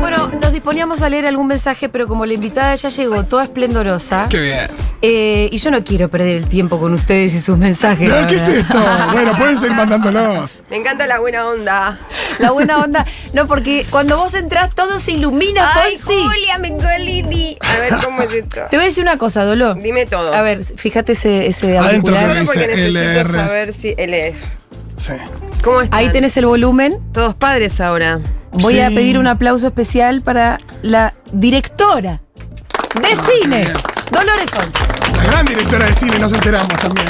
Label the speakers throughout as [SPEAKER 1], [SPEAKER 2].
[SPEAKER 1] Bueno, nos disponíamos a leer algún mensaje, pero como la invitada ya llegó toda esplendorosa,
[SPEAKER 2] Qué bien.
[SPEAKER 1] eh, y yo no quiero perder el tiempo con ustedes y sus mensajes. la
[SPEAKER 2] No, ¿Qué es
[SPEAKER 1] verdad.
[SPEAKER 2] esto? Bueno, pueden seguir mandándolos.
[SPEAKER 3] Me encanta la buena onda.
[SPEAKER 1] La buena onda. No, porque cuando vos entrás todo se ilumina,
[SPEAKER 3] Ay,
[SPEAKER 1] Fonsi.
[SPEAKER 3] Julia Mengolini. A ver cómo es esto.
[SPEAKER 1] Te voy a decir una cosa, Dolor.
[SPEAKER 3] Dime todo.
[SPEAKER 1] A ver, fíjate ese, ese
[SPEAKER 2] Adentro
[SPEAKER 1] auricular.
[SPEAKER 2] que
[SPEAKER 3] Solo porque
[SPEAKER 2] dice
[SPEAKER 3] necesito
[SPEAKER 2] LR.
[SPEAKER 3] saber si LR.
[SPEAKER 2] Sí.
[SPEAKER 3] ¿Cómo están?
[SPEAKER 1] Ahí tenés el volumen.
[SPEAKER 3] todos padres ahora.
[SPEAKER 1] Voy a
[SPEAKER 2] Sí.
[SPEAKER 1] pedir un aplauso especial para la directora
[SPEAKER 2] Ah,
[SPEAKER 1] de cine, Dolores Fonsi.
[SPEAKER 2] La gran directora de cine, nos enteramos también.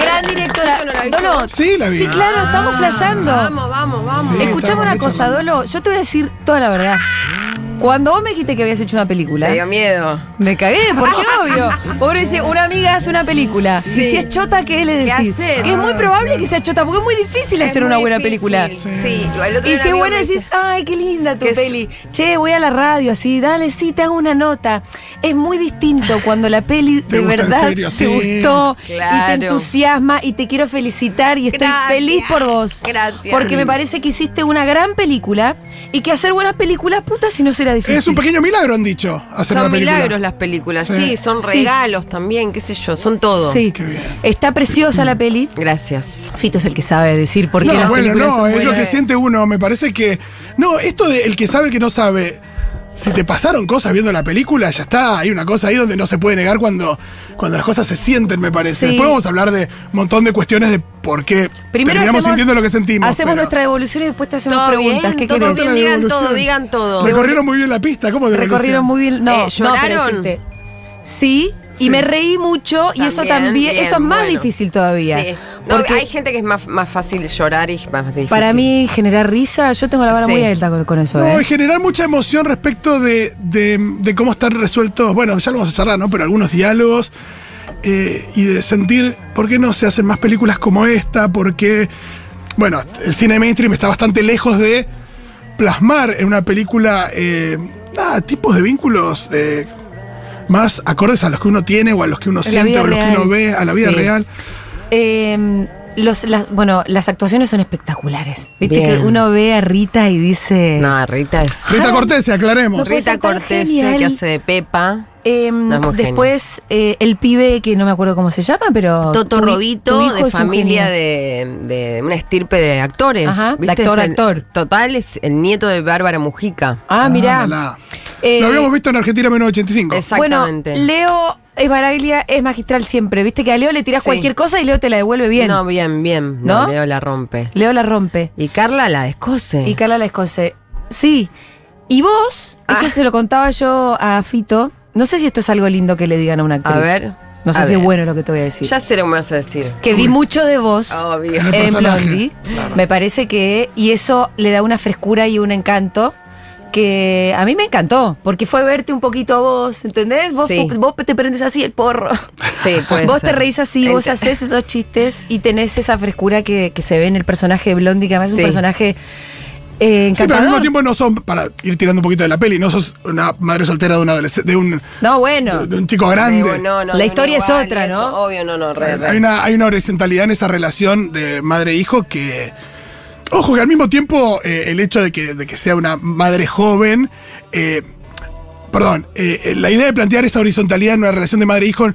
[SPEAKER 1] Gran directora.
[SPEAKER 3] ¿Esto no la viste
[SPEAKER 1] Dolo.
[SPEAKER 3] vos?
[SPEAKER 2] Sí, la vi.
[SPEAKER 1] claro, estamos flasheando.
[SPEAKER 3] Vamos, vamos, vamos.
[SPEAKER 2] Sí.
[SPEAKER 1] Escuchame
[SPEAKER 2] estamos
[SPEAKER 1] una
[SPEAKER 2] re
[SPEAKER 1] cosa,
[SPEAKER 2] charlando.
[SPEAKER 1] Dolo. Yo te voy a decir toda la verdad. Cuando vos me dijiste que habías hecho una
[SPEAKER 3] Te dio
[SPEAKER 1] película,
[SPEAKER 3] miedo.
[SPEAKER 1] me cagué, porque obvio. Uno dice, una amiga hace una película. Y si es chota, ¿qué le decís?
[SPEAKER 3] haces?
[SPEAKER 1] Que es muy probable que sea chota, porque es muy difícil hacer
[SPEAKER 3] Es
[SPEAKER 1] una
[SPEAKER 3] muy
[SPEAKER 1] buena
[SPEAKER 3] difícil.
[SPEAKER 1] película.
[SPEAKER 3] Sí. El otro
[SPEAKER 1] Y
[SPEAKER 3] día un
[SPEAKER 1] si es
[SPEAKER 3] amigo
[SPEAKER 1] buena
[SPEAKER 3] me
[SPEAKER 1] decís,
[SPEAKER 3] dice,
[SPEAKER 1] ay, qué linda tu
[SPEAKER 3] Que es-
[SPEAKER 1] peli. Che, voy a la radio así, dale, sí, te hago una nota. Es muy distinto cuando la peli
[SPEAKER 2] Te
[SPEAKER 1] de
[SPEAKER 2] gusta en
[SPEAKER 1] verdad
[SPEAKER 2] serio,
[SPEAKER 1] te
[SPEAKER 2] sí.
[SPEAKER 1] gustó y
[SPEAKER 3] Claro.
[SPEAKER 1] te entusiasma y te quiero felicitar y estoy
[SPEAKER 3] Gracias.
[SPEAKER 1] feliz por vos.
[SPEAKER 3] Gracias.
[SPEAKER 1] Porque me parece que hiciste una gran película y que hacer buenas películas, puta, si no será difícil.
[SPEAKER 2] Es un pequeño milagro, han dicho. Hacer
[SPEAKER 3] Son
[SPEAKER 2] una película.
[SPEAKER 3] milagros las películas,
[SPEAKER 2] Sí.
[SPEAKER 3] sí, son
[SPEAKER 1] Sí.
[SPEAKER 3] regalos también, qué sé yo, son todo.
[SPEAKER 1] Sí.
[SPEAKER 2] Qué bien.
[SPEAKER 1] Está preciosa la peli.
[SPEAKER 3] Gracias.
[SPEAKER 1] Fito es el que sabe decir por qué
[SPEAKER 2] No,
[SPEAKER 1] las
[SPEAKER 2] bueno,
[SPEAKER 1] películas
[SPEAKER 2] no, eh.
[SPEAKER 1] son
[SPEAKER 2] es lo
[SPEAKER 1] buenas.
[SPEAKER 2] que siente uno. Me parece que. No, esto de el que sabe el que no sabe. Si te pasaron cosas viendo la película, ya está. Hay una cosa ahí donde no se puede negar cuando, cuando las cosas se sienten, me parece.
[SPEAKER 1] Sí.
[SPEAKER 2] Después vamos a hablar de un montón de cuestiones de por qué terminamos sintiendo lo que sentimos.
[SPEAKER 1] Hacemos
[SPEAKER 2] pero-
[SPEAKER 1] nuestra devolución y después te hacemos
[SPEAKER 3] Todo
[SPEAKER 1] preguntas.
[SPEAKER 3] bien,
[SPEAKER 1] ¿Qué
[SPEAKER 3] todo
[SPEAKER 1] querés?
[SPEAKER 3] bien.
[SPEAKER 2] Otra
[SPEAKER 3] Digan
[SPEAKER 2] devolución.
[SPEAKER 3] todo, digan todo.
[SPEAKER 2] Recorrieron muy bien la pista, ¿cómo de
[SPEAKER 1] Recorrieron
[SPEAKER 2] devolución?
[SPEAKER 1] muy bien. No,
[SPEAKER 3] Eh,
[SPEAKER 1] no,
[SPEAKER 3] ¿lloraron?
[SPEAKER 1] pero decirte, Sí, y
[SPEAKER 2] Sí.
[SPEAKER 1] me reí mucho y eso
[SPEAKER 3] También,
[SPEAKER 1] también,
[SPEAKER 3] bien,
[SPEAKER 1] eso es más
[SPEAKER 3] bueno.
[SPEAKER 1] difícil todavía.
[SPEAKER 3] Sí. No,
[SPEAKER 1] porque
[SPEAKER 3] hay gente que es más, más fácil llorar y más difícil.
[SPEAKER 1] para mí generar risa, yo tengo la vara
[SPEAKER 3] Sí.
[SPEAKER 1] muy alta con, con eso.
[SPEAKER 2] No,
[SPEAKER 1] ¿eh?
[SPEAKER 2] en general mucha emoción respecto de, de- de cómo están resueltos, bueno, ya lo vamos a charlar, ¿no? Pero algunos diálogos eh, y de sentir por qué no se hacen más películas como esta, por qué, bueno, el cine mainstream está bastante lejos de plasmar en una película eh, nada, tipos de vínculos eh, más acordes a los que uno tiene o a los que uno
[SPEAKER 1] la
[SPEAKER 2] siente
[SPEAKER 1] vida
[SPEAKER 2] o a los
[SPEAKER 1] real.
[SPEAKER 2] que uno ve, a la vida
[SPEAKER 1] Sí.
[SPEAKER 2] real.
[SPEAKER 1] Eh, los, las, bueno, las actuaciones son espectaculares. Viste que
[SPEAKER 3] Bien.
[SPEAKER 1] uno ve a Rita y dice.
[SPEAKER 3] No, Rita es.
[SPEAKER 2] Rita Cortés, aclaremos.
[SPEAKER 1] No, Pues
[SPEAKER 3] Rita
[SPEAKER 1] es tan
[SPEAKER 3] Cortés, eh,
[SPEAKER 1] genial.
[SPEAKER 3] que hace de Pepa.
[SPEAKER 1] Eh,
[SPEAKER 3] es muy
[SPEAKER 1] después, eh, el pibe que no me acuerdo cómo se llama, pero.
[SPEAKER 3] Toto
[SPEAKER 1] tu hi- tu
[SPEAKER 3] Robito,
[SPEAKER 1] hijo
[SPEAKER 3] de
[SPEAKER 1] es un
[SPEAKER 3] familia
[SPEAKER 1] genio.
[SPEAKER 3] de, de una estirpe de actores.
[SPEAKER 1] Ajá, de actor,
[SPEAKER 3] Es el-
[SPEAKER 1] actor.
[SPEAKER 3] Total, es el nieto de Bárbara Mujica.
[SPEAKER 1] Ah, mirá.
[SPEAKER 2] Ándala.
[SPEAKER 1] Eh,
[SPEAKER 2] lo habíamos visto en Argentina en 1985.
[SPEAKER 3] Exactamente.
[SPEAKER 1] Bueno, Leo es Baraglia, es magistral siempre. Viste que a Leo le tirás
[SPEAKER 3] Sí.
[SPEAKER 1] cualquier cosa y Leo te la devuelve bien.
[SPEAKER 3] No, bien, bien. No,
[SPEAKER 1] ¿No?
[SPEAKER 3] Leo la rompe.
[SPEAKER 1] Leo la rompe.
[SPEAKER 3] Y Carla la descose.
[SPEAKER 1] Y Carla la escoce. Sí. Y vos,
[SPEAKER 3] Ah.
[SPEAKER 1] eso se lo contaba yo a Fito. No sé si esto es algo lindo que le digan a una actriz.
[SPEAKER 3] A ver,
[SPEAKER 1] No sé
[SPEAKER 3] a
[SPEAKER 1] si es
[SPEAKER 3] ver.
[SPEAKER 1] bueno lo que te voy a decir.
[SPEAKER 3] ya Ah, sé lo que me vas a decir.
[SPEAKER 1] que vi mucho de vos.
[SPEAKER 3] Obvio.
[SPEAKER 2] El
[SPEAKER 1] en
[SPEAKER 2] personaje.
[SPEAKER 1] Blondie. Me parece que. Y eso le da una frescura y un encanto que a mí me encantó. Porque fue verte un poquito a vos, ¿entendés? Vos,
[SPEAKER 3] Sí.
[SPEAKER 1] vos te prendes así el porro.
[SPEAKER 3] Sí, puede
[SPEAKER 1] vos
[SPEAKER 3] ser.
[SPEAKER 1] te reís así, vos
[SPEAKER 3] Ent-
[SPEAKER 1] haces esos chistes y tenés esa frescura que, que se ve en el personaje de Blondie, que además es
[SPEAKER 3] Sí.
[SPEAKER 1] un personaje eh,
[SPEAKER 2] Sí, pero al mismo
[SPEAKER 1] encantador.
[SPEAKER 2] tiempo no son, para ir tirando un poquito de la peli, no sos una madre soltera de, un adolesc- de, un,
[SPEAKER 1] no, bueno.
[SPEAKER 2] de un chico
[SPEAKER 3] Digo,
[SPEAKER 2] grande.
[SPEAKER 3] no, no,
[SPEAKER 1] La
[SPEAKER 3] no,
[SPEAKER 1] historia
[SPEAKER 3] no,
[SPEAKER 1] es
[SPEAKER 3] vale,
[SPEAKER 1] otra,
[SPEAKER 3] eso,
[SPEAKER 1] ¿no?
[SPEAKER 3] Obvio, no, no, re, re.
[SPEAKER 2] Hay una, hay una horizontalidad en esa relación de madre-hijo que. Ojo, que al mismo tiempo eh, el hecho de que, de que sea una madre joven. eh, perdón, eh, la idea de plantear esa horizontalidad en una relación de madre-hijo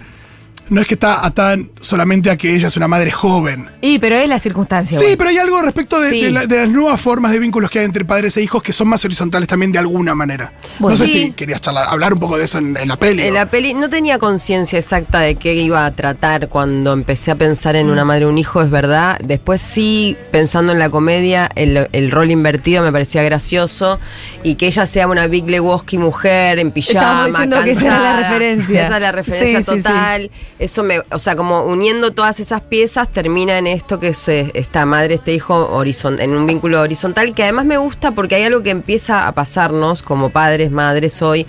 [SPEAKER 2] no es que está atada solamente a que ella es una madre joven.
[SPEAKER 1] Y, pero es la circunstancia.
[SPEAKER 2] Sí,
[SPEAKER 1] bueno.
[SPEAKER 2] pero hay algo respecto de,
[SPEAKER 3] Sí.
[SPEAKER 2] de la- de las nuevas formas de vínculos que hay entre padres e hijos que son más horizontales también de alguna manera.
[SPEAKER 1] Bueno.
[SPEAKER 2] no sé
[SPEAKER 3] Sí.
[SPEAKER 2] si querías charlar, hablar un poco de eso en, en la peli.
[SPEAKER 3] En
[SPEAKER 2] ¿no?
[SPEAKER 3] la peli no tenía conciencia exacta de qué iba a tratar cuando empecé a pensar en
[SPEAKER 1] Mm.
[SPEAKER 3] una madre un hijo, es verdad. Después sí, pensando en la comedia, el, el rol invertido me parecía gracioso y que ella sea una Big Lewoski mujer en pijama,
[SPEAKER 1] Estábamos diciendo que esa era la
[SPEAKER 3] cansada.
[SPEAKER 1] referencia.
[SPEAKER 3] Esa es la referencia
[SPEAKER 1] Sí, sí, sí.
[SPEAKER 3] total. Eso me, o sea, como uniendo todas esas piezas termina en esto que es eh, esta madre, este hijo horizon- en un vínculo horizontal que además me gusta porque hay algo que empieza a pasarnos como padres, madres hoy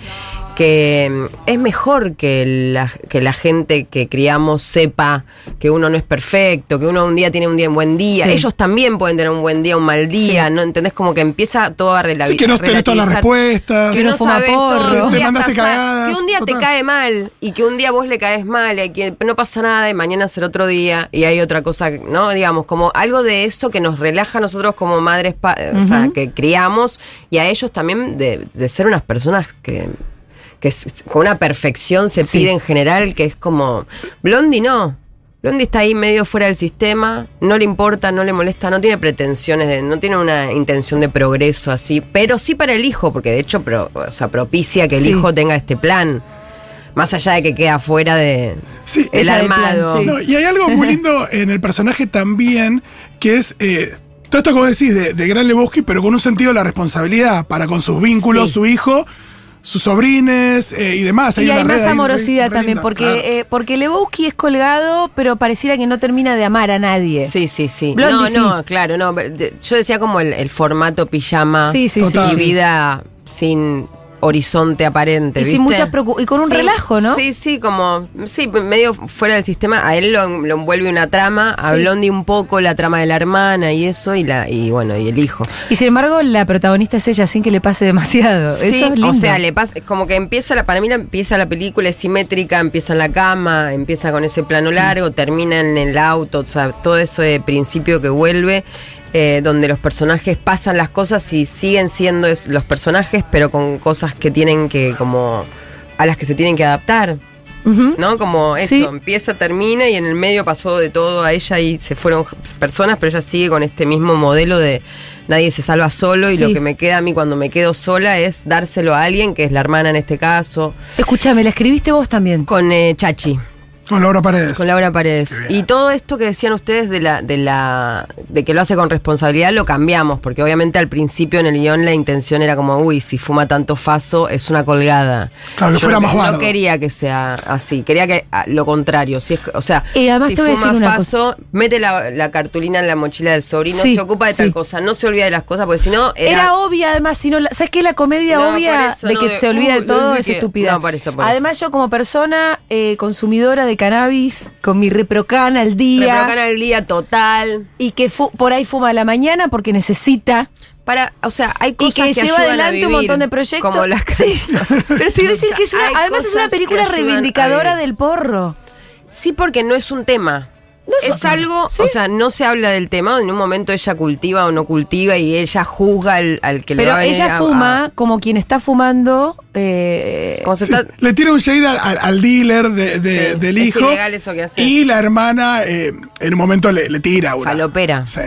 [SPEAKER 3] que mm, es mejor que la, que la gente que criamos sepa que uno no es perfecto, que uno un día tiene un día un buen día.
[SPEAKER 1] Sí.
[SPEAKER 3] Ellos también pueden tener un buen día, un mal día, ¿no? ¿Entendés? Como que empieza todo a rela-
[SPEAKER 2] Sí, que no tenés todas las
[SPEAKER 3] relativizar.
[SPEAKER 2] respuestas.
[SPEAKER 3] Que
[SPEAKER 1] no
[SPEAKER 3] no
[SPEAKER 1] fuma
[SPEAKER 3] sabes
[SPEAKER 1] porro.
[SPEAKER 3] todo,
[SPEAKER 1] Te-
[SPEAKER 3] un
[SPEAKER 2] te
[SPEAKER 3] día
[SPEAKER 2] mandaste
[SPEAKER 3] pasa-
[SPEAKER 2] cagadas,
[SPEAKER 3] Que un día
[SPEAKER 2] total.
[SPEAKER 3] te cae mal y que un día vos le caes mal y que no pasa nada y mañana será otro día y hay otra cosa, ¿no? Digamos, como algo de eso que nos relaja a nosotros como madres, pa- o sea, que criamos y a ellos también de, de ser unas personas que que s- con una perfección se
[SPEAKER 1] Sí.
[SPEAKER 3] pide en general, que es como. Blondie no. Blondie está ahí medio fuera del sistema, no le importa, no le molesta, no tiene pretensiones, de- no tiene una intención de progreso así, pero sí para el hijo, porque de hecho pro- o sea, propicia que el
[SPEAKER 1] Sí.
[SPEAKER 3] hijo tenga este plan, más allá de que queda fuera de,
[SPEAKER 2] Sí,
[SPEAKER 3] del
[SPEAKER 1] Ella del plan,
[SPEAKER 3] armado.
[SPEAKER 1] sí.
[SPEAKER 2] No, y hay algo muy lindo en el personaje también, que es eh, todo esto, como decís, de, de Gran Lebowski, pero con un sentido de la responsabilidad para con sus vínculos,
[SPEAKER 3] Sí.
[SPEAKER 2] su hijo, sus sobrines eh, y demás.
[SPEAKER 1] Y hay
[SPEAKER 2] una red
[SPEAKER 1] más
[SPEAKER 2] ahí
[SPEAKER 1] amorosidad
[SPEAKER 2] re- re
[SPEAKER 1] también,
[SPEAKER 2] linda,
[SPEAKER 1] porque,
[SPEAKER 2] claro.
[SPEAKER 1] eh, porque Lebowski es colgado, pero pareciera que no termina de amar a nadie.
[SPEAKER 3] Sí, sí, sí.
[SPEAKER 1] Blondie,
[SPEAKER 3] no, no, claro, no. de- Yo decía como el, el formato pijama
[SPEAKER 1] Sí, sí,
[SPEAKER 2] Total.
[SPEAKER 3] y
[SPEAKER 1] sí.
[SPEAKER 3] vida sin horizonte aparente.
[SPEAKER 1] Y sin
[SPEAKER 3] ¿viste?
[SPEAKER 1] muchas preocu- y con un
[SPEAKER 3] Sí,
[SPEAKER 1] relajo, ¿no?
[SPEAKER 3] Sí, sí, como sí, medio fuera del sistema. A él lo, lo envuelve una trama, a
[SPEAKER 1] Sí.
[SPEAKER 3] Blondie un poco la trama de la hermana y eso y la y bueno y el hijo.
[SPEAKER 1] Y sin embargo, la protagonista es ella, sin que le pase demasiado.
[SPEAKER 3] Sí,
[SPEAKER 1] Eso es lindo.
[SPEAKER 3] O sea, le pasa, como que empieza, la, para mí la, empieza la película, es simétrica, empieza en la cama, empieza con ese plano largo, termina en el auto, o sea, todo eso de principio que vuelve, eh, donde los personajes pasan las cosas y siguen siendo es- los personajes, pero con cosas que tienen que, como, a las que se tienen que adaptar.
[SPEAKER 1] Ujú.
[SPEAKER 3] ¿No? Como esto,
[SPEAKER 1] Sí.
[SPEAKER 3] empieza, termina y en el medio pasó de todo a ella y se fueron personas, pero ella sigue con este mismo modelo de nadie se salva solo y
[SPEAKER 1] Sí.
[SPEAKER 3] lo que me queda a mí cuando me quedo sola es dárselo a alguien, que es la hermana en este caso,
[SPEAKER 1] Escúchame, la escribiste vos también.
[SPEAKER 3] con eh, Chachi.
[SPEAKER 2] Con Laura Paredes.
[SPEAKER 3] Con Laura Paredes. Y todo esto que decían ustedes de la, de la, de que lo hace con responsabilidad, lo cambiamos, porque obviamente al principio en el guión la intención era como, uy, si fuma tanto faso, es una colgada.
[SPEAKER 2] Claro, que
[SPEAKER 3] Yo
[SPEAKER 2] fuera
[SPEAKER 3] no-
[SPEAKER 2] más
[SPEAKER 3] No
[SPEAKER 2] bardo.
[SPEAKER 3] quería que sea así, quería que ah, lo contrario. Si es, o sea,
[SPEAKER 1] Y además
[SPEAKER 3] si
[SPEAKER 1] te voy a
[SPEAKER 3] fuma
[SPEAKER 1] decir una
[SPEAKER 3] faso, mete la, la cartulina en la mochila del sobrino,
[SPEAKER 1] Sí,
[SPEAKER 3] se ocupa de tal
[SPEAKER 1] sí.
[SPEAKER 3] cosa, no se olvida de las cosas, porque si no
[SPEAKER 1] Era, obvia, además, si no, la- ¿sabes qué? La comedia
[SPEAKER 3] No,
[SPEAKER 1] obvia
[SPEAKER 3] por eso,
[SPEAKER 1] de
[SPEAKER 3] no,
[SPEAKER 1] que
[SPEAKER 3] de-
[SPEAKER 1] se olvida
[SPEAKER 3] uh,
[SPEAKER 1] de todo
[SPEAKER 3] de
[SPEAKER 1] es
[SPEAKER 3] que-
[SPEAKER 1] estúpida.
[SPEAKER 3] no, por eso, por eso.
[SPEAKER 1] además, yo como persona eh, consumidora de cannabis, con mi reprocan al día,
[SPEAKER 3] Reprocan al día total.
[SPEAKER 1] y que fu- por ahí fuma a la mañana porque necesita.
[SPEAKER 3] Para, o sea, hay
[SPEAKER 1] Y
[SPEAKER 3] cosas
[SPEAKER 1] que, lleva
[SPEAKER 3] ayudan a
[SPEAKER 1] adelante un
[SPEAKER 3] vivir,
[SPEAKER 1] montón de proyectos.
[SPEAKER 3] Como las
[SPEAKER 1] sí. Pero te iba a decir que es una-
[SPEAKER 3] Hay
[SPEAKER 1] además es una
[SPEAKER 3] cosas que
[SPEAKER 1] película
[SPEAKER 3] ayudan a
[SPEAKER 1] reivindicadora
[SPEAKER 3] vivir.
[SPEAKER 1] del porro.
[SPEAKER 3] Sí, porque no es un tema. es algo, o sea, no se habla del tema, en un momento ella cultiva o no cultiva y ella juzga al, al que le
[SPEAKER 1] Pero
[SPEAKER 3] va a venir
[SPEAKER 1] ella
[SPEAKER 3] a-
[SPEAKER 1] fuma
[SPEAKER 3] a-
[SPEAKER 1] como quien está fumando. eh,
[SPEAKER 3] como se
[SPEAKER 2] Sí,
[SPEAKER 3] está-
[SPEAKER 2] le tira un shade al, al- al dealer de- de-
[SPEAKER 3] Sí,
[SPEAKER 2] del
[SPEAKER 3] es
[SPEAKER 2] hijo.
[SPEAKER 3] ilegal eso que hace.
[SPEAKER 2] Y la hermana eh, en un momento le, le tira una.
[SPEAKER 3] Falopera.
[SPEAKER 2] Sí.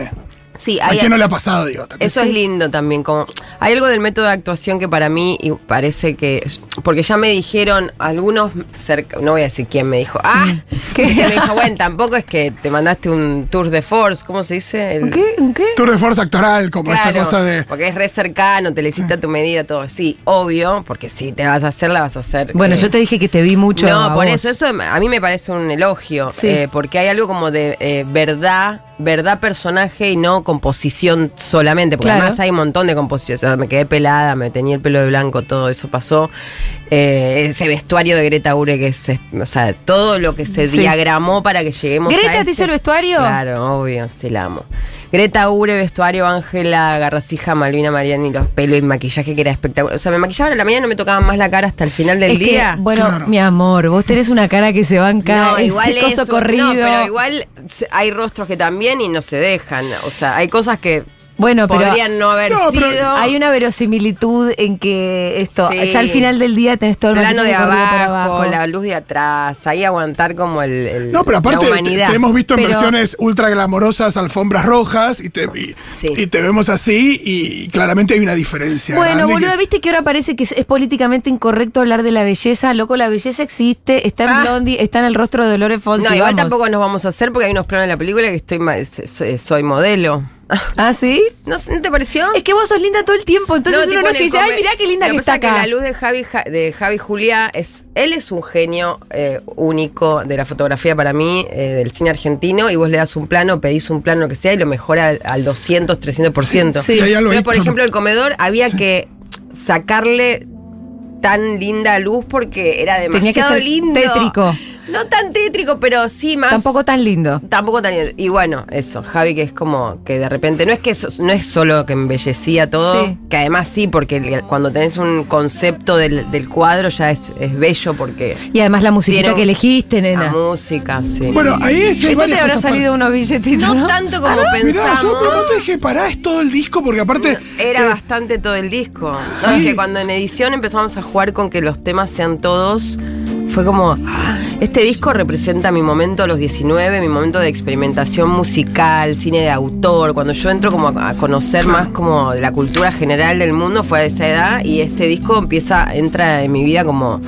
[SPEAKER 3] Sí,
[SPEAKER 2] ¿A
[SPEAKER 3] hay-
[SPEAKER 2] quién no le ha pasado, digo? también?
[SPEAKER 3] Eso es lindo también, como hay algo del método de actuación que para mí y parece que porque ya me dijeron algunos cerca, no voy a decir quién me dijo, ah,
[SPEAKER 1] ¿Qué?
[SPEAKER 3] que me dijo, bueno, tampoco es que te mandaste un tour de force, ¿cómo se dice? El-
[SPEAKER 1] ¿Un qué? ¿Un qué?
[SPEAKER 2] Tour de fuerza actoral, como esta
[SPEAKER 3] Claro,
[SPEAKER 2] cosa de.
[SPEAKER 3] Porque es re cercano, te le hiciste a tu medida todo. Sí, obvio, porque si te vas a hacer, la vas a hacer.
[SPEAKER 1] Bueno,
[SPEAKER 3] Eh,
[SPEAKER 1] yo te dije que te vi mucho.
[SPEAKER 3] No,
[SPEAKER 1] a
[SPEAKER 3] por
[SPEAKER 1] vos.
[SPEAKER 3] eso, eso a mí me parece un elogio.
[SPEAKER 1] Sí.
[SPEAKER 3] eh, porque hay algo como de eh, verdad, verdad personaje y no composición solamente. Porque
[SPEAKER 1] Claro.
[SPEAKER 3] además hay un montón de composiciones. O sea, me quedé pelada, me tenía el pelo de blanco, todo eso pasó. Eh, ese vestuario de Greta Ure que es, eh, o sea, todo lo que se
[SPEAKER 1] Sí.
[SPEAKER 3] diagramó para que lleguemos a
[SPEAKER 1] ¿Greta te
[SPEAKER 3] este-
[SPEAKER 1] hizo el vestuario?
[SPEAKER 3] Claro, obvio, sí la amo. Greta Ure, vestuario, Ángela, Garrasija, Malvina Mariani, los pelos y maquillaje que era espectacular. O sea, me maquillaban a la mañana y no me tocaban más la cara hasta el final del
[SPEAKER 1] Es que,
[SPEAKER 3] día.
[SPEAKER 1] bueno,
[SPEAKER 2] Claro.
[SPEAKER 1] mi amor, vos tenés una cara que se banca ese coso
[SPEAKER 3] eso-
[SPEAKER 1] corrido.
[SPEAKER 3] No, pero igual se- hay rostros que también y no se dejan. O sea, hay cosas que
[SPEAKER 1] bueno, pero
[SPEAKER 3] podrían no haber
[SPEAKER 2] No, pero
[SPEAKER 3] sido.
[SPEAKER 1] hay una verosimilitud en que esto,
[SPEAKER 3] Sí.
[SPEAKER 1] ya al final del día tenés todo el
[SPEAKER 3] plano de
[SPEAKER 1] maquillaje corrido para
[SPEAKER 3] abajo, la luz de atrás, ahí aguantar como el, el-
[SPEAKER 2] No, pero aparte
[SPEAKER 3] la
[SPEAKER 2] te,
[SPEAKER 3] humanidad.
[SPEAKER 2] te hemos visto en
[SPEAKER 1] Pero-
[SPEAKER 2] versiones ultra glamorosas, alfombras rojas, y te, y,
[SPEAKER 3] Sí.
[SPEAKER 2] y te vemos así, y claramente hay una diferencia.
[SPEAKER 1] Bueno,
[SPEAKER 2] grande que
[SPEAKER 1] boludo,
[SPEAKER 2] es-
[SPEAKER 1] viste que ahora parece que es, es políticamente incorrecto hablar de la belleza. Loco, la belleza existe, está en
[SPEAKER 3] Ah.
[SPEAKER 1] Blondie, está en el rostro de Dolores
[SPEAKER 3] no,
[SPEAKER 1] Fonsi.
[SPEAKER 3] igual
[SPEAKER 1] vamos.
[SPEAKER 3] tampoco nos vamos a hacer porque hay unos planos de la película que estoy ma- soy, soy modelo.
[SPEAKER 1] ¿Ah, sí?
[SPEAKER 3] ¿No, sé, ¿no te pareció?
[SPEAKER 1] Es que vos sos linda todo el tiempo, entonces
[SPEAKER 3] No,
[SPEAKER 1] uno
[SPEAKER 3] tipo
[SPEAKER 1] no
[SPEAKER 3] en
[SPEAKER 1] es que
[SPEAKER 3] el
[SPEAKER 1] dice, ay,
[SPEAKER 3] come-
[SPEAKER 1] mirá qué linda
[SPEAKER 3] Lo
[SPEAKER 1] que
[SPEAKER 3] pasa
[SPEAKER 1] está
[SPEAKER 3] es
[SPEAKER 1] acá.
[SPEAKER 3] la luz de Javi, Ja- de Javi Julia es. Él es un genio eh, único de la fotografía para mí, eh, del cine argentino, y vos le das un plano, pedís un plano, lo que sea, y lo mejora al, al 200, 300%.
[SPEAKER 2] Sí, sí. Y hay algo
[SPEAKER 3] Pero,
[SPEAKER 2] ahí,
[SPEAKER 3] por
[SPEAKER 2] perdón.
[SPEAKER 3] ejemplo, el comedor había que sacarle tan linda luz porque era
[SPEAKER 1] Tenía que
[SPEAKER 3] demasiado
[SPEAKER 1] ser
[SPEAKER 3] lindo.
[SPEAKER 1] tétrico.
[SPEAKER 3] No tan tétrico, pero sí más.
[SPEAKER 1] Tampoco tan lindo.
[SPEAKER 3] Tampoco tan. Y bueno, eso, Javi, que es como que de repente. No es que so- no es solo que embellecía todo,
[SPEAKER 1] Sí.
[SPEAKER 3] que además sí, porque el- cuando tenés un concepto del, del cuadro ya es, es bello porque.
[SPEAKER 1] Y además la musiquita
[SPEAKER 3] Tiene un-
[SPEAKER 1] que elegiste, nena.
[SPEAKER 3] La música, sí.
[SPEAKER 2] Bueno, ahí sí hay
[SPEAKER 1] Esto te
[SPEAKER 2] varias
[SPEAKER 1] habrá
[SPEAKER 2] cosas para-
[SPEAKER 1] salido unos billetitos.
[SPEAKER 3] no,
[SPEAKER 1] ¿no? Ah,
[SPEAKER 3] tanto como
[SPEAKER 2] Mirá, yo a
[SPEAKER 3] pensamos.
[SPEAKER 2] propósito dije, pará, es todo el disco, porque aparte.
[SPEAKER 3] Era
[SPEAKER 2] eh,
[SPEAKER 3] bastante todo el disco. ¿no?
[SPEAKER 2] Sí.
[SPEAKER 3] Es que cuando en edición empezamos a jugar con que los temas sean todos, fue como, "Ah, este disco representa mi momento a los 19, mi momento de experimentación musical, cine de autor. Cuando yo entro como a a conocer más como de la cultura general del mundo, fue a esa edad y este disco empieza, entra en mi vida como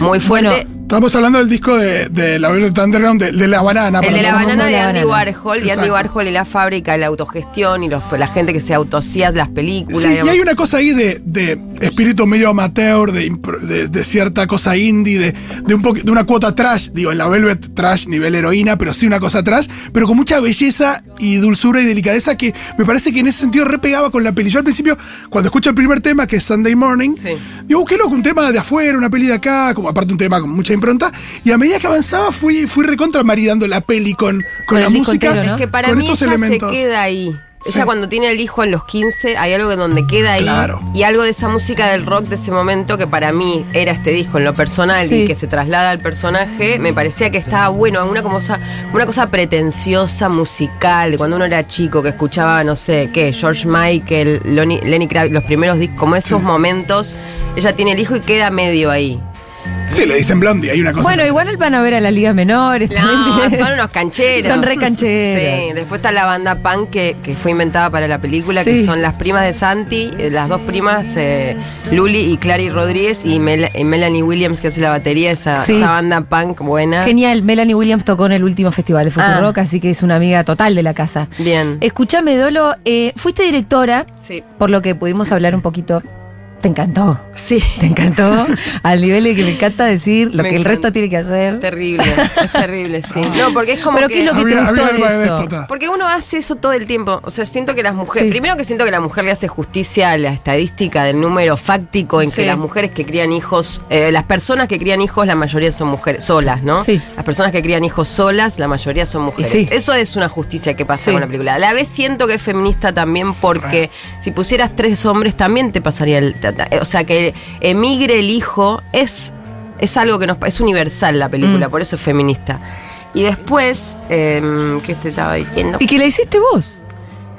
[SPEAKER 3] muy fuerte.
[SPEAKER 1] Bueno,
[SPEAKER 2] Estábamos hablando del disco de, de la Velvet Underground, de, de La Banana.
[SPEAKER 3] El
[SPEAKER 2] para
[SPEAKER 3] de la
[SPEAKER 2] todos.
[SPEAKER 1] Vamos
[SPEAKER 3] banana
[SPEAKER 1] a
[SPEAKER 3] de
[SPEAKER 1] la
[SPEAKER 3] Andy
[SPEAKER 1] banana.
[SPEAKER 3] Warhol, y Andy
[SPEAKER 2] Exacto.
[SPEAKER 3] Warhol y la fábrica, y la autogestión y los, la gente que se autosía las películas.
[SPEAKER 2] Sí, y
[SPEAKER 3] digamos.
[SPEAKER 2] hay una cosa ahí de, de espíritu medio amateur, de, impro- de- de cierta cosa indie, de, de un poqu- de una cuota trash, digo, en la Velvet trash nivel heroína, pero sí una cosa trash, pero con mucha belleza y dulzura y delicadeza que me parece que en ese sentido repegaba con la peli. Yo al principio, cuando escucho el primer tema, que es Sunday Morning,
[SPEAKER 3] Sí.
[SPEAKER 2] digo, qué loco, un tema de afuera, una peli de acá, como aparte un tema con mucha impronta, y a medida que avanzaba fui, fui recontra maridando la peli con, con,
[SPEAKER 1] Con
[SPEAKER 2] la
[SPEAKER 1] el disco
[SPEAKER 2] música,
[SPEAKER 1] entero, ¿no?
[SPEAKER 3] Es que para
[SPEAKER 2] con
[SPEAKER 3] mí ella
[SPEAKER 2] estos elementos.
[SPEAKER 3] se queda ahí.
[SPEAKER 2] Sí.
[SPEAKER 3] Ella cuando tiene el hijo en los 15, hay algo en donde queda ahí.
[SPEAKER 2] Claro.
[SPEAKER 3] Y algo de esa música del rock de ese momento que para mí era este disco en lo personal
[SPEAKER 1] Sí.
[SPEAKER 3] y que se traslada al personaje, me parecía que estaba bueno, una cosa, una cosa pretenciosa musical, de cuando uno era chico que escuchaba, no sé, qué, George Michael, Loni- Lenny Kravitz, los primeros discos, como esos momentos, ella tiene el hijo y queda medio ahí.
[SPEAKER 2] Sí, le dicen blondie, hay una cosa.
[SPEAKER 1] Bueno, igual van a ver a la Liga Menores.
[SPEAKER 3] No,
[SPEAKER 1] también tenés-
[SPEAKER 3] son unos cancheros.
[SPEAKER 1] Son re cancheros.
[SPEAKER 3] Sí, después está la banda punk que, que fue inventada para la película,
[SPEAKER 1] Sí.
[SPEAKER 3] que son las primas de Santi, eh, las dos primas, eh, Luli y Clary Rodríguez, y Mel- eh, Melanie Williams, que hace la batería, esa,
[SPEAKER 1] Sí.
[SPEAKER 3] esa banda punk buena.
[SPEAKER 1] Genial, Melanie Williams tocó en el último festival de Futuro
[SPEAKER 3] Ah.
[SPEAKER 1] Rock, así que es una amiga total de la casa.
[SPEAKER 3] Bien.
[SPEAKER 1] Escúchame, Dolo, eh, fuiste directora,
[SPEAKER 3] Sí.
[SPEAKER 1] por lo que pudimos hablar un poquito. Te encantó,
[SPEAKER 3] Sí.
[SPEAKER 1] te encantó, al nivel de que me encanta decir lo
[SPEAKER 3] Me
[SPEAKER 1] que el resto
[SPEAKER 3] encanta.
[SPEAKER 1] tiene que hacer.
[SPEAKER 3] Terrible, es terrible, sí. No, porque es como
[SPEAKER 1] Pero ¿qué es lo que te
[SPEAKER 2] Habría-
[SPEAKER 1] gustó
[SPEAKER 2] habría
[SPEAKER 1] de
[SPEAKER 2] algo de
[SPEAKER 1] eso?
[SPEAKER 2] déspota.
[SPEAKER 3] Porque uno hace eso todo el tiempo. O sea, siento que las mujeres.
[SPEAKER 1] Sí.
[SPEAKER 3] Primero que siento que la mujer le hace justicia a la estadística del número fáctico en
[SPEAKER 1] Sí.
[SPEAKER 3] que las mujeres que crían hijos. eh, las personas que crían hijos, la mayoría son mujeres solas, ¿no?
[SPEAKER 1] Sí.
[SPEAKER 3] Las personas que crían hijos solas, la mayoría son mujeres.
[SPEAKER 1] Y sí.
[SPEAKER 3] Eso es una justicia que pasa
[SPEAKER 1] Sí.
[SPEAKER 3] con la película. A la vez siento que es feminista también porque si pusieras tres hombres también te pasaría el. ta- ta- O sea, que emigre el hijo es. Es algo que nos. pa- Es universal la película,
[SPEAKER 1] Mm.
[SPEAKER 3] por eso es feminista. Y después, em, ¿qué te estaba diciendo?
[SPEAKER 1] Y que la hiciste vos.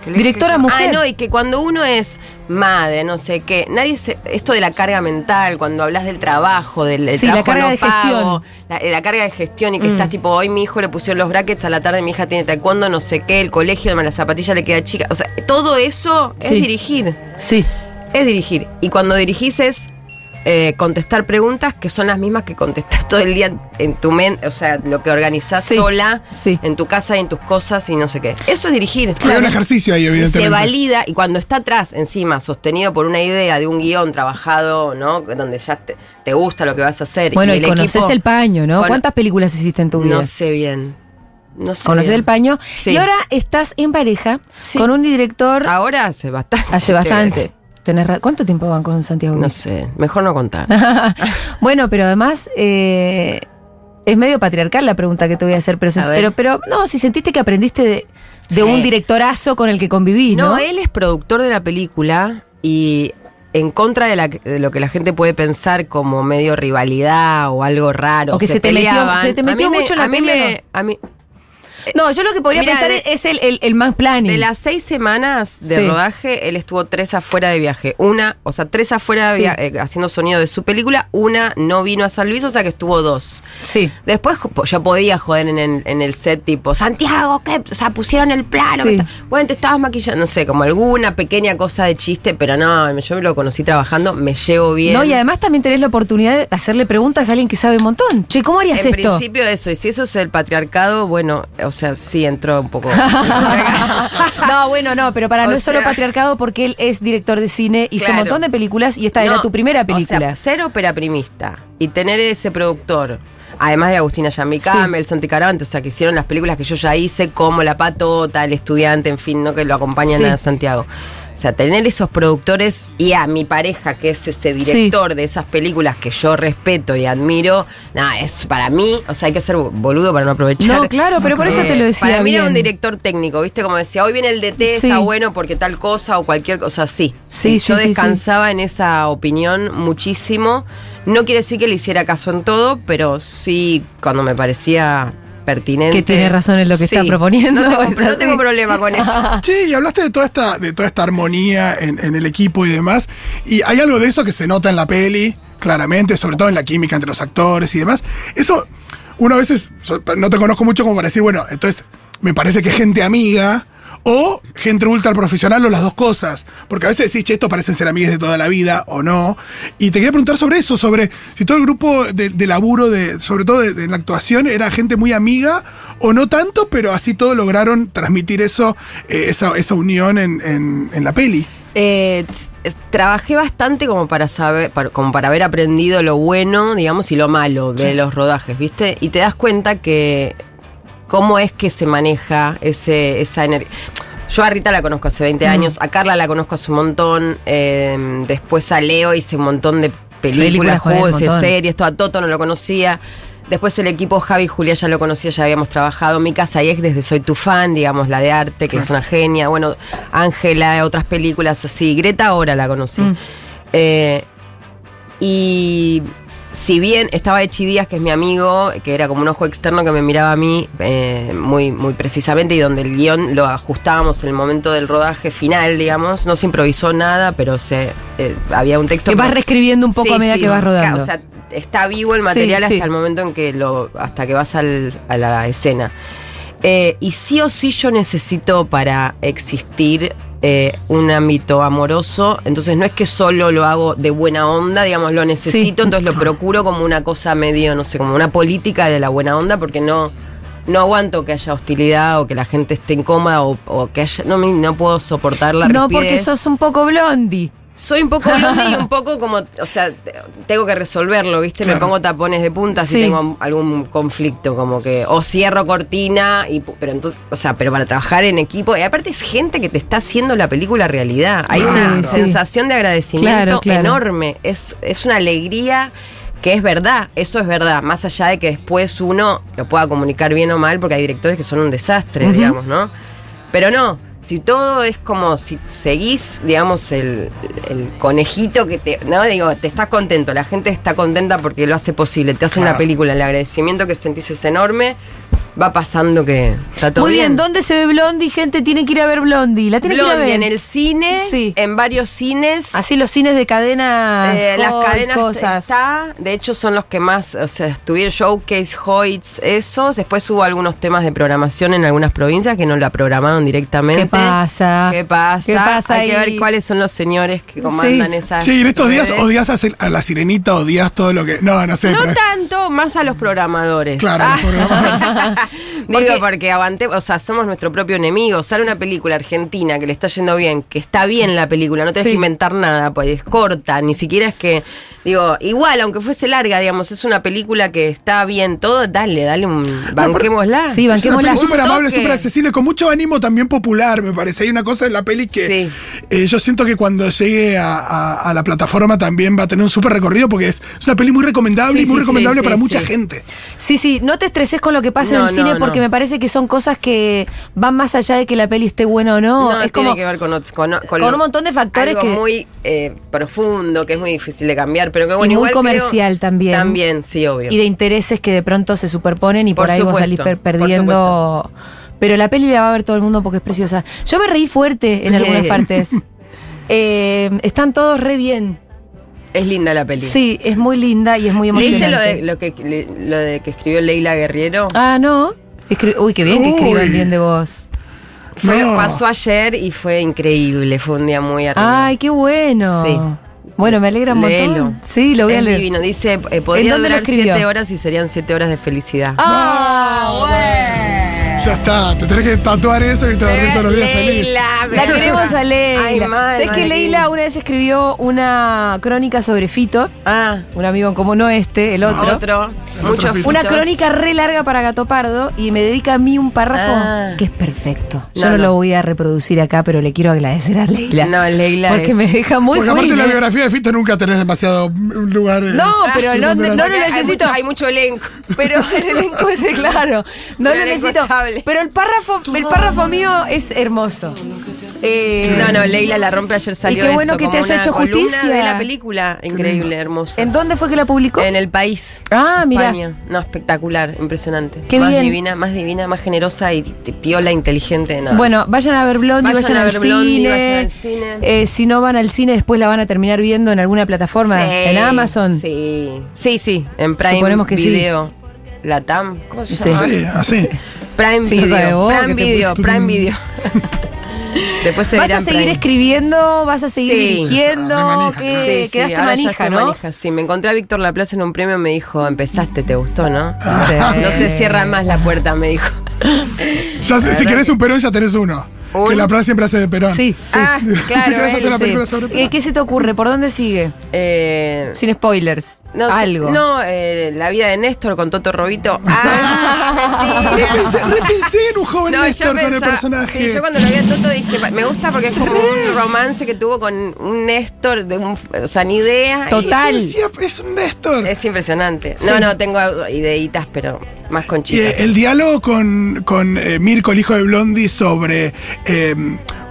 [SPEAKER 3] Que le
[SPEAKER 1] Directora
[SPEAKER 3] hice yo.
[SPEAKER 1] mujer.
[SPEAKER 3] Ah, no, y que cuando uno es madre, no sé qué, nadie se. Esto de la carga mental, cuando hablas del trabajo, del, del
[SPEAKER 1] Sí, la
[SPEAKER 3] trabajo
[SPEAKER 1] carga
[SPEAKER 3] no
[SPEAKER 1] de
[SPEAKER 3] pago, La, eh, la carga de gestión y que
[SPEAKER 1] Mm.
[SPEAKER 3] estás tipo, hoy mi hijo le pusieron los brackets, a la tarde mi hija tiene taekwondo, no sé qué, el colegio, además la zapatilla le queda chica. O sea, todo eso es
[SPEAKER 1] Sí.
[SPEAKER 3] dirigir.
[SPEAKER 1] Sí.
[SPEAKER 3] Es dirigir. Y cuando dirigís es. eh, contestar preguntas que son las mismas que contestás todo el día en, en tu mente, o sea, lo que organizás
[SPEAKER 1] Sí,
[SPEAKER 3] sola,
[SPEAKER 1] sí.
[SPEAKER 3] en tu casa y en tus cosas y no sé qué. Eso es dirigir.
[SPEAKER 2] Había un ejercicio ahí,
[SPEAKER 3] Y
[SPEAKER 2] evidentemente.
[SPEAKER 3] se valida y cuando está atrás, encima, sostenido por una idea de un guión trabajado, ¿no? Donde ya te, te gusta lo que vas a hacer.
[SPEAKER 1] Bueno, y
[SPEAKER 3] el
[SPEAKER 1] conoces
[SPEAKER 3] equipo-
[SPEAKER 1] el paño, ¿no?
[SPEAKER 3] Cono-
[SPEAKER 1] ¿Cuántas películas hiciste en tu vida?
[SPEAKER 3] No sé bien. No sé
[SPEAKER 1] Conoces
[SPEAKER 3] bien.
[SPEAKER 1] el paño.
[SPEAKER 3] Sí.
[SPEAKER 1] Y ahora estás en pareja
[SPEAKER 3] Sí. Ah,
[SPEAKER 1] con un director
[SPEAKER 3] Ahora hace bastante.
[SPEAKER 1] hace
[SPEAKER 3] te-
[SPEAKER 1] bastante.
[SPEAKER 3] te-
[SPEAKER 1] Tenés ra- ¿Cuánto tiempo van con Santiago?
[SPEAKER 3] No sé, mejor no contar.
[SPEAKER 1] bueno, pero además eh, es medio patriarcal la pregunta que te voy a hacer, pero,
[SPEAKER 3] A ver.
[SPEAKER 1] pero, pero no, si sentiste que aprendiste de, de
[SPEAKER 3] Sí.
[SPEAKER 1] un directorazo con el que convivís, ¿no?
[SPEAKER 3] No, eh, él es productor de la película y en contra de, la- de lo que la gente puede pensar como medio rivalidad o algo raro.
[SPEAKER 1] O que se te metió-
[SPEAKER 3] peleaban.
[SPEAKER 1] se te
[SPEAKER 3] A mí
[SPEAKER 1] metió
[SPEAKER 3] me-
[SPEAKER 1] mucho en la
[SPEAKER 3] a mí
[SPEAKER 1] peli,
[SPEAKER 3] me- a mí,
[SPEAKER 1] No, yo lo que podría
[SPEAKER 3] Mira,
[SPEAKER 1] pensar
[SPEAKER 3] de-
[SPEAKER 1] es el, el, el planning.
[SPEAKER 3] De las seis semanas de
[SPEAKER 1] Sí.
[SPEAKER 3] rodaje, él estuvo tres afuera de viaje. Una, o sea, tres afuera de
[SPEAKER 1] Sí.
[SPEAKER 3] via- eh, haciendo sonido de su película. Una no vino a San Luis, o sea que estuvo dos.
[SPEAKER 1] Sí.
[SPEAKER 3] Después jo- po- yo podía joder en, en- en el set, tipo, Santiago, ¿qué? O sea, pusieron el plano.
[SPEAKER 1] Sí.
[SPEAKER 3] que está- Bueno, te estabas maquillando, no sé, como alguna pequeña cosa de chiste, pero no, yo me lo conocí trabajando, me llevo bien.
[SPEAKER 1] No, y además también tenés la oportunidad de hacerle preguntas a alguien que sabe un montón. Che, ¿cómo harías
[SPEAKER 3] en
[SPEAKER 1] esto?
[SPEAKER 3] principio eso, y si eso es el patriarcado, bueno, o sea, sí entró un poco.
[SPEAKER 1] no, bueno, no, pero para
[SPEAKER 3] O
[SPEAKER 1] no es solo
[SPEAKER 3] sea-
[SPEAKER 1] patriarcado porque él es director de cine, hizo un
[SPEAKER 3] Claro.
[SPEAKER 1] montón de películas y esta
[SPEAKER 3] No,
[SPEAKER 1] era tu primera
[SPEAKER 3] O
[SPEAKER 1] película.
[SPEAKER 3] sea, ser operaprimista y tener ese productor, además de Agustina Yambi
[SPEAKER 1] Sí.
[SPEAKER 3] Camel, Santi Caravante, o sea, que hicieron las películas que yo ya hice, como La Patota, El Estudiante, en fin, ¿no? que lo acompañan
[SPEAKER 1] Sí.
[SPEAKER 3] a Santiago. O sea, tener esos productores y a mi pareja, que es ese director de esas películas que yo respeto y admiro, nada, es para mí, o sea, hay que ser boludo para no aprovechar.
[SPEAKER 1] No, claro, pero por eso
[SPEAKER 3] Eh,
[SPEAKER 1] te lo decía.
[SPEAKER 3] Para mí era un
[SPEAKER 1] bien.
[SPEAKER 3] director técnico, ¿viste? Como decía, hoy viene el DT,
[SPEAKER 1] Sí.
[SPEAKER 3] está bueno porque tal cosa o cualquier cosa, sí.
[SPEAKER 1] Sí,
[SPEAKER 3] Y Yo
[SPEAKER 1] sí, sí,
[SPEAKER 3] descansaba en esa opinión muchísimo. No quiere decir que le hiciera caso en todo, pero sí cuando me parecía pertinente.
[SPEAKER 1] Que tiene razón en lo que está proponiendo,
[SPEAKER 3] No
[SPEAKER 1] es
[SPEAKER 3] tengo, no
[SPEAKER 1] así.
[SPEAKER 3] tengo problema con eso.
[SPEAKER 2] Sí, y hablaste de toda esta, de toda esta armonía en, en el equipo y demás. Y hay algo de eso que se nota en la peli, claramente, sobre todo en la química entre los actores y demás. Eso, uno a veces, yo no te conozco mucho como para decir, bueno, entonces me parece que es gente amiga. O gente ultra profesional o las dos cosas. Porque a veces decís, che, estos parecen ser amigues de toda la vida o no. Y te quería preguntar sobre eso, sobre si todo el grupo de, de laburo, de, sobre todo de, de la actuación, era gente muy amiga o no tanto, pero así todo lograron transmitir eso, eh, esa, esa unión en, en- en la peli.
[SPEAKER 3] Eh, t- trabajé bastante como para saber, para- como para haber aprendido lo bueno, digamos, y lo malo de los rodajes, ¿viste? Y te das cuenta que cómo es que se maneja ese, esa energía. Yo a Rita la conozco hace 20
[SPEAKER 1] Mm.
[SPEAKER 3] años, a Carla la conozco hace un montón, eh, después a Leo hice un montón de
[SPEAKER 1] Películas
[SPEAKER 3] películas,
[SPEAKER 1] con él,
[SPEAKER 3] juegos,
[SPEAKER 1] un montón.
[SPEAKER 3] series, todo a Toto no lo conocía. Después el equipo Javi y Julia ya lo conocía, ya habíamos trabajado. Mica Sayek desde Soy tu fan, digamos, la de arte, que es una genia. Bueno, Ángela, otras películas así. Greta ahora la conocí.
[SPEAKER 1] Mm.
[SPEAKER 3] Eh, y si bien estaba Echi Díaz, que es mi amigo, que era como un ojo externo que me miraba a mí eh, muy, muy precisamente y donde el guión lo ajustábamos en el momento del rodaje final, digamos, no se improvisó nada, pero se eh, había un texto
[SPEAKER 1] Que vas reescribiendo un poco
[SPEAKER 3] Sí,
[SPEAKER 1] a medida
[SPEAKER 3] sí,
[SPEAKER 1] que vas rodando.
[SPEAKER 3] O sea, está vivo el
[SPEAKER 1] Sí,
[SPEAKER 3] material
[SPEAKER 1] sí.
[SPEAKER 3] hasta el momento en que lo, hasta que vas al- a la escena. Eh, y sí o sí yo necesito para existir eh, un ámbito amoroso, entonces no es que solo lo hago de buena onda, digamos, lo necesito, entonces lo procuro como una cosa medio, no sé, como una política de la buena onda, porque no, no aguanto que haya hostilidad o que la gente esté incómoda o, o que haya, no, me- no puedo soportar la
[SPEAKER 1] no, porque
[SPEAKER 3] rigidez.
[SPEAKER 1] sos un poco blondie.
[SPEAKER 3] Soy un poco blondie y un poco como, o sea, te- tengo que resolverlo, ¿viste? Me
[SPEAKER 2] Claro.
[SPEAKER 3] pongo tapones de punta
[SPEAKER 1] Sí.
[SPEAKER 3] si tengo algún conflicto, como que, o cierro cortina, y, pu- pero entonces, o sea, pero para trabajar en equipo, y aparte es gente que te está haciendo la película realidad. Hay una
[SPEAKER 1] Sí, sí.
[SPEAKER 3] sensación de
[SPEAKER 1] Claro,
[SPEAKER 3] agradecimiento
[SPEAKER 1] claro.
[SPEAKER 3] enorme, es, es una alegría que es verdad, eso es verdad, más allá de que después uno lo pueda comunicar bien o mal, porque hay directores que son un desastre,
[SPEAKER 1] Ujú.
[SPEAKER 3] digamos, ¿no? Pero no, si todo es como si seguís, digamos, el, el conejito que te. No, digo, te estás contento, la gente está contenta porque lo hace posible, te hacen
[SPEAKER 2] Claro.
[SPEAKER 3] la película, el agradecimiento que sentís es enorme, va pasando que está todo
[SPEAKER 1] Muy bien. ¿dónde se ve Blondie? Gente tiene que ir a ver Blondie. La tiene que ir a
[SPEAKER 3] Blondie
[SPEAKER 1] ver.
[SPEAKER 3] en el cine,
[SPEAKER 1] Sí.
[SPEAKER 3] en varios cines.
[SPEAKER 1] Así los cines de cadenas,
[SPEAKER 3] Eh, las
[SPEAKER 1] Hall,
[SPEAKER 3] cadenas
[SPEAKER 1] cosas.
[SPEAKER 3] está, de hecho son los que más, o sea, estuvieron Showcase, Hoyts, esos. Después hubo algunos temas de programación en algunas provincias que no la programaron directamente.
[SPEAKER 1] ¿Qué pasa?
[SPEAKER 3] ¿Qué pasa?
[SPEAKER 1] ¿Qué pasa
[SPEAKER 3] Hay que
[SPEAKER 1] ahí?
[SPEAKER 3] ver cuáles son los señores que comandan
[SPEAKER 1] Sí.
[SPEAKER 3] esas.
[SPEAKER 2] Sí, en estos días
[SPEAKER 3] redes.
[SPEAKER 2] odias a, Cel- a la sirenita, odias todo lo que. No, no sé.
[SPEAKER 3] No
[SPEAKER 2] pero-
[SPEAKER 3] tanto, más a los programadores.
[SPEAKER 2] Claro,
[SPEAKER 3] Ah.
[SPEAKER 2] los programadores.
[SPEAKER 3] Digo, porque aguante, o sea, somos nuestro propio enemigo. Sale una película argentina que le está yendo bien, que está bien la película, no tenés
[SPEAKER 1] Sí.
[SPEAKER 3] que inventar nada, pues es corta, ni siquiera es que. Digo, igual, aunque fuese larga, digamos, es una película que está bien todo, dale, dale un. banquémosla.
[SPEAKER 1] Sí,
[SPEAKER 2] Es una
[SPEAKER 1] banquémosla.
[SPEAKER 2] peli
[SPEAKER 3] Un
[SPEAKER 2] súper amable,
[SPEAKER 3] toque.
[SPEAKER 2] súper accesible, con mucho ánimo también popular, me parece. Hay una cosa en la peli que
[SPEAKER 3] Sí.
[SPEAKER 2] eh, yo siento que cuando llegue a, a- a la plataforma también va a tener un súper recorrido porque es, es una peli muy recomendable
[SPEAKER 3] Sí,
[SPEAKER 2] y muy
[SPEAKER 3] sí,
[SPEAKER 2] recomendable
[SPEAKER 3] sí,
[SPEAKER 2] para
[SPEAKER 3] sí,
[SPEAKER 2] mucha
[SPEAKER 3] sí.
[SPEAKER 2] gente.
[SPEAKER 1] Sí, sí, no te estreses con lo que pasa
[SPEAKER 3] No,
[SPEAKER 1] en el
[SPEAKER 3] no,
[SPEAKER 1] cine
[SPEAKER 3] no.
[SPEAKER 1] porque me parece que son cosas que van más allá de que la peli esté buena o no.
[SPEAKER 3] No,
[SPEAKER 1] es
[SPEAKER 3] tiene
[SPEAKER 1] como
[SPEAKER 3] que ver con, ot- con,
[SPEAKER 1] con un montón de factores
[SPEAKER 3] algo
[SPEAKER 1] que-
[SPEAKER 3] muy eh, profundo, que es muy difícil de cambiar, pero que bueno,
[SPEAKER 1] y muy
[SPEAKER 3] igual creo-
[SPEAKER 1] comercial también.
[SPEAKER 3] También, sí, obvio.
[SPEAKER 1] Y de intereses que de pronto se superponen y por,
[SPEAKER 3] Por
[SPEAKER 1] ahí vos
[SPEAKER 3] supuesto,
[SPEAKER 1] salís per-
[SPEAKER 3] por
[SPEAKER 1] perdiendo. Pero la peli la va a ver todo el mundo porque es preciosa. Yo me reí fuerte en algunas
[SPEAKER 3] Bien.
[SPEAKER 1] partes. Eh, están todos re bien.
[SPEAKER 3] Es linda la peli.
[SPEAKER 1] Sí, es muy linda y es muy emocionante.
[SPEAKER 3] ¿Leíste lo de, lo, que, lo de que escribió Leila Guerriero?
[SPEAKER 1] Ah, no. Escri- Uy, qué bien que
[SPEAKER 2] Uy.
[SPEAKER 1] escriban bien de vos.
[SPEAKER 3] Fue-
[SPEAKER 2] No.
[SPEAKER 3] Pasó ayer y fue increíble, fue un día muy arriba.
[SPEAKER 1] Ay, qué bueno.
[SPEAKER 3] Sí.
[SPEAKER 1] Bueno, me alegra un
[SPEAKER 3] Léelo.
[SPEAKER 1] montón. Sí, lo voy a
[SPEAKER 3] es
[SPEAKER 1] leer.
[SPEAKER 3] divino, dice, eh, podría
[SPEAKER 1] dónde lo
[SPEAKER 3] durar
[SPEAKER 1] escribió?
[SPEAKER 3] siete horas y serían siete horas de felicidad.
[SPEAKER 1] Ah, bueno.
[SPEAKER 2] Ya está, te tenés que tatuar eso y te vas a todos los días feliz.
[SPEAKER 3] Leila,
[SPEAKER 1] La queremos a Leila.
[SPEAKER 3] Ay, madre.
[SPEAKER 1] ¿Sabes que Leila una vez escribió una crónica sobre Fito?
[SPEAKER 3] Ah,
[SPEAKER 1] Un amigo en común, no este, el otro.
[SPEAKER 3] otro. Muchos
[SPEAKER 2] Fito.
[SPEAKER 1] Una
[SPEAKER 3] fitos.
[SPEAKER 1] crónica re larga para Gato Pardo y me dedica a mí un párrafo
[SPEAKER 3] Ah.
[SPEAKER 1] que es perfecto. Yo
[SPEAKER 3] No,
[SPEAKER 1] no,
[SPEAKER 3] no.
[SPEAKER 1] lo voy a reproducir acá, pero le quiero agradecer a Leila.
[SPEAKER 3] No, Leila
[SPEAKER 1] porque
[SPEAKER 3] es-
[SPEAKER 1] me deja muy
[SPEAKER 2] Porque aparte
[SPEAKER 1] ruin,
[SPEAKER 2] la
[SPEAKER 1] ¿eh?
[SPEAKER 2] biografía de Fito nunca tenés demasiado lugar. eh,
[SPEAKER 3] Ah,
[SPEAKER 1] No, pero no, no, no lo
[SPEAKER 3] Hay
[SPEAKER 1] necesito.
[SPEAKER 3] mucho- Hay mucho elenco.
[SPEAKER 1] Pero el elenco es claro. No
[SPEAKER 3] El
[SPEAKER 1] lo
[SPEAKER 3] elenco
[SPEAKER 1] necesito.
[SPEAKER 3] estable.
[SPEAKER 1] Pero el párrafo, el párrafo mío es hermoso. Eh,
[SPEAKER 3] No, no, Leila la rompe ayer salió
[SPEAKER 1] qué bueno
[SPEAKER 3] eso,
[SPEAKER 1] que te
[SPEAKER 3] como
[SPEAKER 1] haya
[SPEAKER 3] una
[SPEAKER 1] hecho
[SPEAKER 3] columna
[SPEAKER 1] justicia.
[SPEAKER 3] de la película, increíble, hermoso.
[SPEAKER 1] ¿En dónde fue que la publicó?
[SPEAKER 3] En el país.
[SPEAKER 1] ah, mira.
[SPEAKER 3] España. No, espectacular, impresionante.
[SPEAKER 1] Qué
[SPEAKER 3] más
[SPEAKER 1] bien.
[SPEAKER 3] divina, más divina, más generosa y t- piola, inteligente. nada.
[SPEAKER 1] Bueno, vayan a ver Blondie, vayan, a ver al,
[SPEAKER 3] Blondie,
[SPEAKER 1] cine.
[SPEAKER 3] vayan al cine.
[SPEAKER 1] Eh, si no van al cine, después la van a terminar viendo en alguna plataforma,
[SPEAKER 3] Sí,
[SPEAKER 1] en Amazon.
[SPEAKER 3] Sí, sí, sí, en Prime
[SPEAKER 1] Suponemos que sí.
[SPEAKER 3] Video. La TAM, ¿cómo se
[SPEAKER 1] Sí.
[SPEAKER 3] llama?
[SPEAKER 2] Sí, así.
[SPEAKER 3] Prime
[SPEAKER 1] Sí, lo sabes
[SPEAKER 3] Video,
[SPEAKER 1] vos,
[SPEAKER 3] Prime
[SPEAKER 1] que te
[SPEAKER 3] Video,
[SPEAKER 2] pusiste
[SPEAKER 3] Prime
[SPEAKER 2] un-
[SPEAKER 3] Video. Después se
[SPEAKER 1] Vas
[SPEAKER 3] verá
[SPEAKER 1] a
[SPEAKER 3] en
[SPEAKER 1] seguir
[SPEAKER 3] Prime.
[SPEAKER 1] escribiendo, vas a seguir
[SPEAKER 3] Sí.
[SPEAKER 2] Re
[SPEAKER 1] dirigiendo,
[SPEAKER 2] manija,
[SPEAKER 1] que
[SPEAKER 3] Sí, sí,
[SPEAKER 1] quedaste
[SPEAKER 3] ahora ya
[SPEAKER 1] manija,
[SPEAKER 3] estoy
[SPEAKER 1] ¿no?
[SPEAKER 3] manija, Sí, me encontré a Víctor Laplace en un premio y me dijo, empezaste, ¿te gustó, no?
[SPEAKER 1] Sí.
[SPEAKER 3] No se cierra más la puerta, me dijo.
[SPEAKER 2] Ya, si- si querés un Perón, ya tenés uno.
[SPEAKER 3] ¿Un?
[SPEAKER 2] Que la Plaza siempre hace de Perón.
[SPEAKER 1] Sí, sí.
[SPEAKER 3] Ah,
[SPEAKER 2] si
[SPEAKER 3] claro.
[SPEAKER 2] querés
[SPEAKER 3] él,
[SPEAKER 2] hacer una
[SPEAKER 1] Sí.
[SPEAKER 2] película sobre Perón.
[SPEAKER 1] Eh, ¿Qué se te ocurre? ¿Por dónde sigue?
[SPEAKER 3] eh,
[SPEAKER 1] Sin spoilers.
[SPEAKER 3] no, sí,
[SPEAKER 1] Algo.
[SPEAKER 3] No, eh, la vida de Néstor con Toto Robito. Ah,
[SPEAKER 2] Repensé,
[SPEAKER 3] mentira.
[SPEAKER 2] repensé en un joven
[SPEAKER 3] No,
[SPEAKER 2] Néstor con el
[SPEAKER 3] pensaba-
[SPEAKER 2] personaje.
[SPEAKER 3] sí, yo cuando lo vi a Toto dije, "Pa- me gusta porque es como un romance que tuvo con un Néstor, de un, o sea, ni idea. y-
[SPEAKER 1] Total.
[SPEAKER 2] Y yo decía, es un Néstor.
[SPEAKER 3] es impresionante.
[SPEAKER 2] Sí.
[SPEAKER 3] No, no, tengo ideitas, pero más con
[SPEAKER 2] Y,
[SPEAKER 3] chicas.
[SPEAKER 2] eh, el diálogo con, con eh, Mirko, el hijo de Blondie, sobre eh,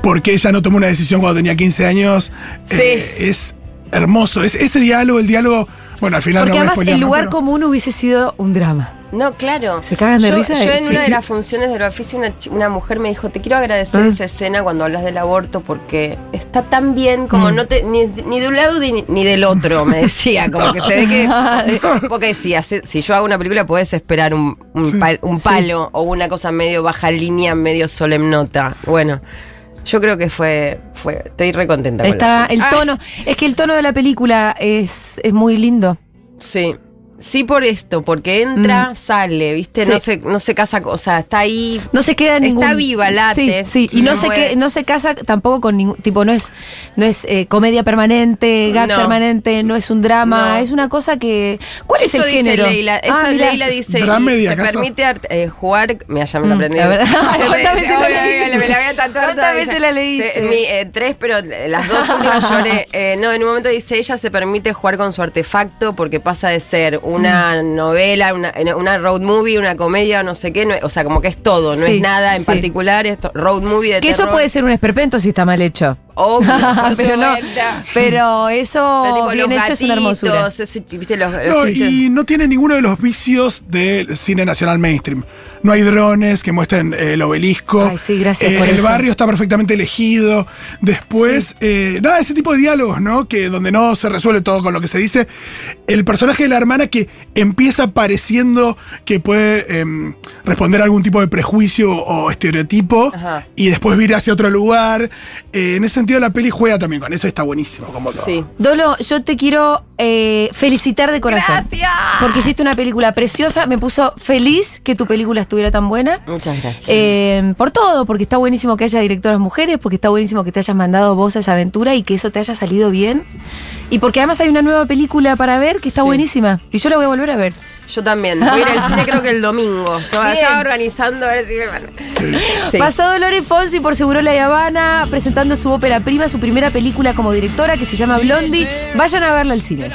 [SPEAKER 2] por qué ella no tomó una decisión cuando tenía 15 años, eh, es hermoso. Es, ese diálogo, el diálogo. Bueno, al final
[SPEAKER 1] Porque
[SPEAKER 2] no voy a
[SPEAKER 1] además
[SPEAKER 2] spoilear,
[SPEAKER 1] el
[SPEAKER 2] ¿no?
[SPEAKER 1] lugar
[SPEAKER 2] Pero-
[SPEAKER 1] común hubiese sido un drama.
[SPEAKER 3] No, claro.
[SPEAKER 1] Se cagan de
[SPEAKER 3] yo,
[SPEAKER 1] risa de-
[SPEAKER 3] Yo en
[SPEAKER 1] Sí,
[SPEAKER 3] una de
[SPEAKER 2] sí.
[SPEAKER 3] las funciones del oficio una, ch- una mujer me dijo, te quiero agradecer
[SPEAKER 1] Ah.
[SPEAKER 3] esa escena cuando hablas del aborto porque está tan bien
[SPEAKER 1] Mm.
[SPEAKER 3] como no te, ni, ni de un lado ni, ni del otro, me decía. Como que se ve que... Porque si, hace- si yo hago una película puedes esperar un, un
[SPEAKER 2] Sí.
[SPEAKER 3] pal- un palo o una cosa medio baja línea, medio solemnota. Bueno, yo creo que fue... fue estoy re contenta. con
[SPEAKER 1] Está
[SPEAKER 3] la
[SPEAKER 1] el
[SPEAKER 3] película. Ah,
[SPEAKER 1] tono. Es que el tono de la película es, es muy lindo.
[SPEAKER 3] Sí. Sí por esto, porque entra, sale, ¿viste?
[SPEAKER 1] Mm. Sí.
[SPEAKER 3] No, se, no se casa, o sea, está ahí
[SPEAKER 1] No se queda en
[SPEAKER 3] Está
[SPEAKER 1] ningún.
[SPEAKER 3] viva,
[SPEAKER 1] Sí,
[SPEAKER 3] late.
[SPEAKER 1] sí. Y
[SPEAKER 3] Sí,
[SPEAKER 1] no
[SPEAKER 3] se
[SPEAKER 1] se,
[SPEAKER 3] mueve.
[SPEAKER 1] que, no se casa tampoco con ningún. Tipo, no es, no es eh, comedia permanente, gag
[SPEAKER 3] No.
[SPEAKER 1] permanente, no es un drama.
[SPEAKER 3] No.
[SPEAKER 1] Es una cosa que. ¿Cuál es
[SPEAKER 3] Eso
[SPEAKER 1] el
[SPEAKER 3] dice
[SPEAKER 1] género?
[SPEAKER 3] Leila, eso
[SPEAKER 1] Ah, mirá.
[SPEAKER 3] Leila dice, y
[SPEAKER 2] Dramedia,
[SPEAKER 3] se
[SPEAKER 2] ¿acaso?
[SPEAKER 3] permite art- eh, jugar, mira, ya me lo
[SPEAKER 1] Mm,
[SPEAKER 3] aprendí.
[SPEAKER 1] la verdad.
[SPEAKER 3] Se
[SPEAKER 1] ¿Cuántas
[SPEAKER 3] me- se-
[SPEAKER 1] veces la
[SPEAKER 3] obvio,
[SPEAKER 1] leíste?
[SPEAKER 3] obvio, me la voy a tatuar
[SPEAKER 1] ¿Cuántas
[SPEAKER 3] toda, dice.
[SPEAKER 1] veces la leíste?
[SPEAKER 3] Se- mi, eh, tres, pero las dos últimas lloré. Eh, no, en un momento dice, ella se permite jugar con su artefacto porque pasa de ser una
[SPEAKER 1] Mm.
[SPEAKER 3] novela, una, eh, una road movie, una comedia, no sé qué, no es- o sea, como que es todo, no
[SPEAKER 1] Sí,
[SPEAKER 3] es nada en
[SPEAKER 1] sí.
[SPEAKER 3] particular, es to- road movie de
[SPEAKER 1] Que eso
[SPEAKER 3] terror.
[SPEAKER 1] puede ser un esperpento si está mal hecho.
[SPEAKER 3] Obvio, por
[SPEAKER 1] pero no.
[SPEAKER 3] supuesto.
[SPEAKER 1] Pero eso
[SPEAKER 3] Pero tipo,
[SPEAKER 1] bien
[SPEAKER 3] los
[SPEAKER 1] hecho es una hermosura.
[SPEAKER 3] gatitos, ese- viste, los- este,
[SPEAKER 2] No,
[SPEAKER 3] sí,
[SPEAKER 2] y no tiene ninguno de los vicios del cine nacional mainstream. No hay drones que muestren eh, el obelisco. Eh,
[SPEAKER 1] Ay, sí, gracias por
[SPEAKER 2] el
[SPEAKER 1] eso.
[SPEAKER 2] barrio está perfectamente elegido. Después, eh, nada, ese tipo de diálogos, ¿no? Que donde no se resuelve todo con lo que se dice. El personaje de la hermana que empieza pareciendo que puede em, responder a algún tipo de prejuicio o estereotipo
[SPEAKER 3] Ajá.
[SPEAKER 2] y después vira hacia otro lugar. Eh, en ese sentido, la peli juega también con eso y está buenísimo. Como todo.
[SPEAKER 3] sí.
[SPEAKER 1] Dolo, yo te quiero eh, felicitar de corazón.
[SPEAKER 3] Gracias.
[SPEAKER 1] Porque hiciste una película preciosa. Me puso feliz que tu película estuviera tan buena.
[SPEAKER 3] Muchas gracias.
[SPEAKER 1] Eh, por todo, porque está buenísimo que haya directoras mujeres, porque está buenísimo que te hayas mandado vos a esa aventura y que eso te haya salido bien. Y porque además hay una nueva película para ver que está
[SPEAKER 3] Sí.
[SPEAKER 1] buenísima. Y yo la voy a volver a ver.
[SPEAKER 3] Yo también. Voy a ir al cine creo que el domingo. Estaba,
[SPEAKER 1] Bien.
[SPEAKER 3] estaba organizando a ver si me van. Sí.
[SPEAKER 1] Pasó Dolores Fonsi por Seguro La Habana, presentando su ópera prima, su primera película como directora, que se llama Blondie. Vayan a verla al cine.